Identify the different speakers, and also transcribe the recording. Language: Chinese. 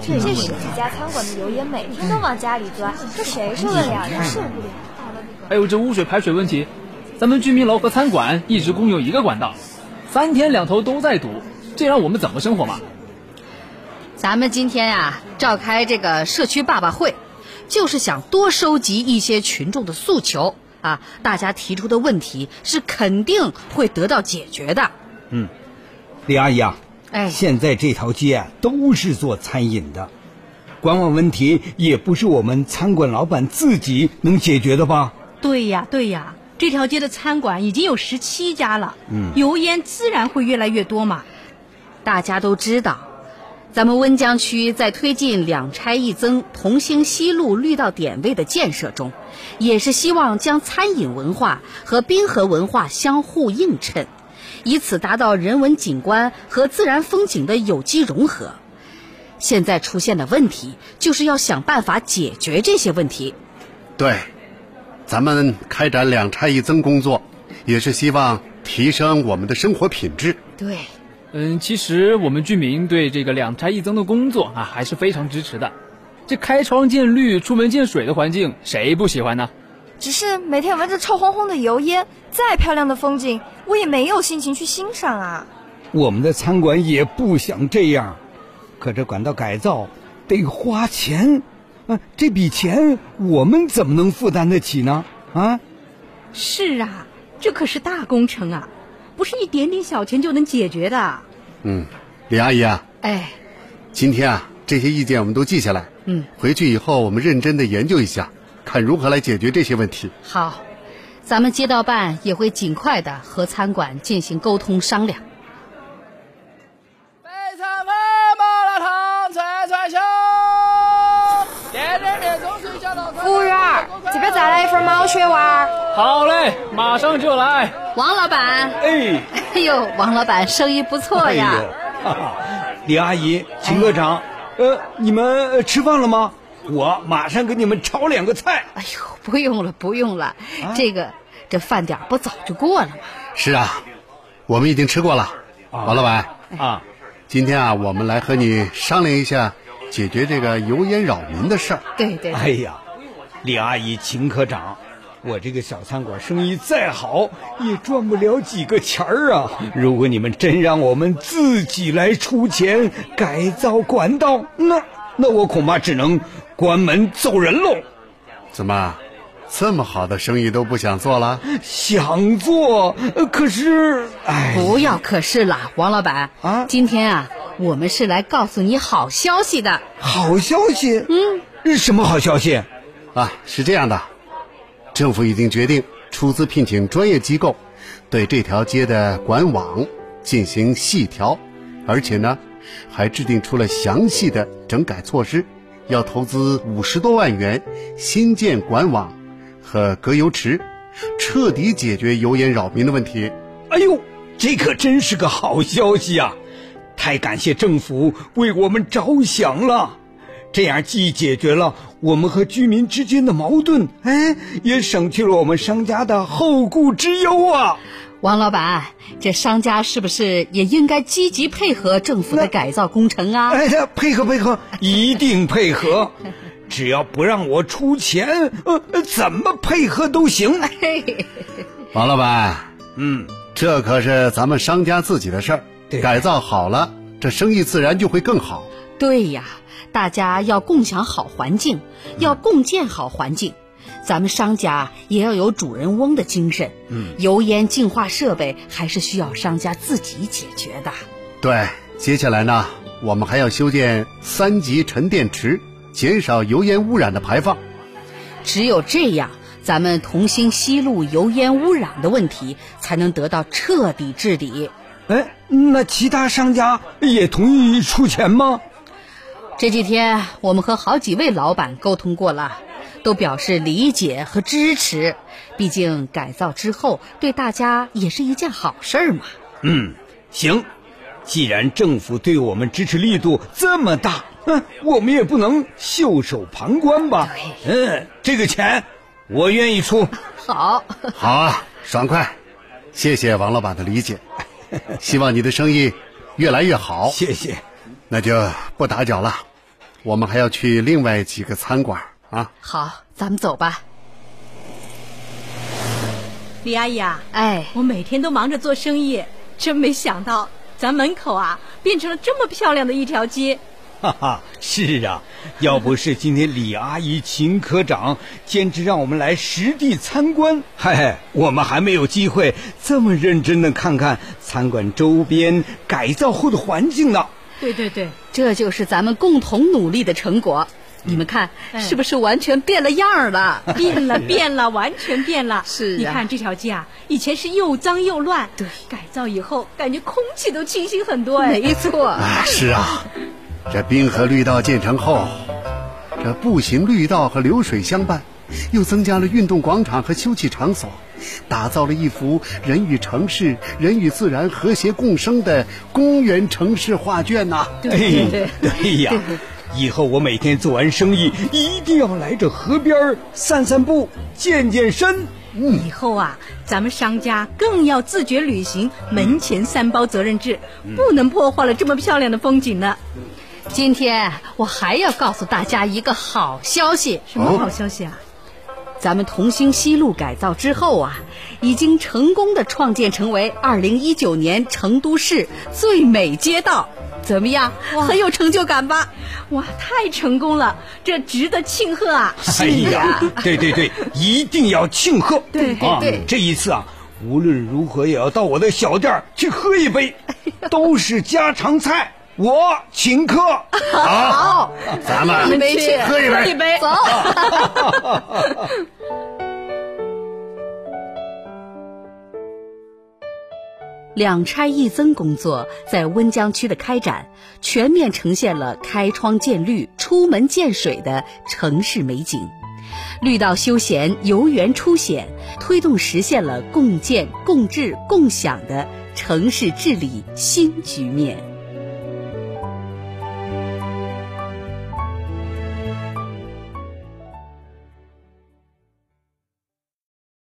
Speaker 1: 这几家餐馆的油也每天都往家里钻，这谁受得了？真受不了。
Speaker 2: 还有这污水排水问题，咱们居民楼和餐馆一直共用一个管道，三天两头都在堵，这让我们怎么生活嘛？
Speaker 3: 咱们今天啊召开这个社区爸爸会，就是想多收集一些群众的诉求啊，大家提出的问题是肯定会得到解决的。
Speaker 4: 李阿姨啊，
Speaker 3: 哎
Speaker 4: 现在这条街啊都是做餐饮的，管网问题也不是我们餐馆老板自己能解决的吧？
Speaker 5: 对呀，对呀，这条街的餐馆已经有十七家了，油烟自然会越来越多嘛。
Speaker 3: 大家都知道，咱们温江区在推进两拆一增同兴西路绿道点位的建设中，也是希望将餐饮文化和滨河文化相互映衬，以此达到人文景观和自然风景的有机融合。现在出现的问题，就是要想办法解决这些问题。
Speaker 6: 对，咱们开展两拆一增工作，也是希望提升我们的生活品质。
Speaker 3: 对，
Speaker 2: 嗯，其实我们居民对这个两拆一增的工作啊，还是非常支持的。这开窗见绿、出门见水的环境，谁不喜欢呢？
Speaker 1: 只是每天闻着臭烘烘的油烟，再漂亮的风景，我也没有心情去欣赏啊。
Speaker 4: 我们的餐馆也不想这样，可这管道改造得花钱，啊，这笔钱我们怎么能负担得起呢？啊，
Speaker 5: 是啊，这可是大工程啊，不是一点点小钱就能解决的。
Speaker 6: 嗯，李阿姨啊，
Speaker 3: 哎，
Speaker 6: 今天啊这些意见我们都记下来，
Speaker 3: 嗯，
Speaker 6: 回去以后我们认真的研究一下，看如何来解决这些问题。
Speaker 3: 好，咱们街道办也会尽快的和餐馆进行沟通商量。
Speaker 2: 北餐饭哎麻辣烫串串香，点点面中水饺到
Speaker 1: 服务员儿，这边再来一份毛血旺儿。
Speaker 2: 好嘞，马上就来。
Speaker 3: 王老板，
Speaker 4: 哎，
Speaker 3: 哎呦，王老板生意不错
Speaker 4: 哎呦
Speaker 3: 呀！，
Speaker 4: 哈哈李阿姨，秦科长，呃，你们呃吃饭了吗？我马上给你们炒两个菜。
Speaker 3: 哎呦，不用了，不用了，
Speaker 4: 啊
Speaker 3: 这个这饭点儿不早就过了吗？
Speaker 6: 是啊，我们已经吃过了。王老板，
Speaker 4: 啊，
Speaker 6: 今天啊我们来和你商量一下解决这个油烟扰民的事儿。
Speaker 3: 对对，
Speaker 4: 哎呀，李阿姨、秦科长，我这个小餐馆生意再好，也赚不了几个钱儿啊！如果你们真让我们自己来出钱改造管道，那那我恐怕只能关门走人喽。
Speaker 6: 怎么，这么好的生意都不想做了？
Speaker 4: 想做，呃可是，哎，
Speaker 3: 不要可是了，王老板
Speaker 4: 啊
Speaker 3: 今天啊，我们是来告诉你好消息的。
Speaker 4: 好消息，嗯，什么好消息？
Speaker 6: 啊，是这样的，政府已经决定出资聘请专业机构，对这条街的管网进行细调，而且呢，还制定出了详细的整改措施，要投资五十多万元新建管网和隔油池，彻底解决油烟扰民的问题。
Speaker 4: 哎呦，这可真是个好消息啊！太感谢政府为我们着想了，这样既解决了我们和居民之间的矛盾，哎，也省去了我们商家的后顾之忧啊！
Speaker 3: 王老板，这商家是不是也应该积极配合政府的改造工程啊？
Speaker 4: 哎呀，配合配合，一定配合。只要不让我出钱，呃，呃怎么配合都行。
Speaker 6: 王老板，
Speaker 4: 嗯，
Speaker 6: 这可是咱们商家自己的事儿
Speaker 4: 对，
Speaker 6: 改造好了，这生意自然就会更好。
Speaker 3: 对呀，大家要共享好环境，要共建好环境。咱们商家也要有主人翁的精神。嗯，油烟净化设备还是需要商家自己解决的。
Speaker 6: 对，接下来呢，我们还要修建三级沉淀池，减少油烟污染的排放。
Speaker 3: 只有这样，咱们同心西路油烟污染的问题才能得到彻底治理。
Speaker 4: 哎，那其他商家也同意出钱吗？
Speaker 3: 这几天我们和好几位老板沟通过了，都表示理解和支持。毕竟改造之后对大家也是一件好事儿嘛。
Speaker 4: 行，既然政府对我们支持力度这么大，哼，我们也不能袖手旁观吧。嗯，这个钱我愿意出。
Speaker 3: 好。
Speaker 6: 好啊，爽快！谢谢王老板的理解，希望你的生意越来越好。
Speaker 4: 谢谢。
Speaker 6: 那就不打搅了，我们还要去另外几个餐馆啊。
Speaker 3: 好，咱们走吧。
Speaker 5: 李阿姨啊，
Speaker 3: 哎，
Speaker 5: 我每天都忙着做生意，真没想到咱门口啊变成了这么漂亮的一条街。
Speaker 4: 哈哈，是啊，要不是今天李阿姨、秦科长坚持让我们来实地参观，嗨，我们还没有机会这么认真的看看餐馆周边改造后的环境呢。
Speaker 5: 对对对，
Speaker 3: 这就是咱们共同努力的成果。你们看，
Speaker 5: 哎
Speaker 3: 是不是完全变了样儿了？
Speaker 5: 变了变了，完全变了。
Speaker 3: 是啊
Speaker 5: 你看这条街啊，以前是又脏又乱，对，改造以后感觉空气都清新很多哎。
Speaker 3: 没错，
Speaker 6: 啊，是啊，这滨河绿道建成后，这步行绿道和流水相伴，又增加了运动广场和休憩场所，打造了一幅人与城市、人与自然和谐共生的公园城市画卷呐、
Speaker 4: 对对对，对哎呀。以后我每天做完生意，一定要来这河边儿散散步、健健身。
Speaker 5: 以后啊，咱们商家更要自觉履行门前三包责任制，
Speaker 6: 嗯
Speaker 5: 不能破坏了这么漂亮的风景呢。
Speaker 3: 今天我还要告诉大家一个好消息，
Speaker 5: 什么好消息啊？
Speaker 3: 咱们同心西路改造之后啊，已经成功的创建成为二零一九年成都市最美街道，怎么样？很有成就感吧？
Speaker 5: 哇，太成功了，这值得庆贺啊！
Speaker 4: 哎呀，对对对，一定要庆贺。
Speaker 5: 对
Speaker 4: 啊
Speaker 3: 对对
Speaker 4: 这一次啊，无论如何也要到我的小店儿去喝一杯，都是家常菜，我请 客。啊，
Speaker 3: 好，
Speaker 6: 咱们
Speaker 3: 一杯去
Speaker 6: 喝一杯，
Speaker 5: 杯
Speaker 3: 走。两拆一增工作在温江区的开展，全面呈现了开窗见绿、出门见水的城市美景。绿道休闲、游园出险，推动实现了共建、共治、共享的城市治理新局面。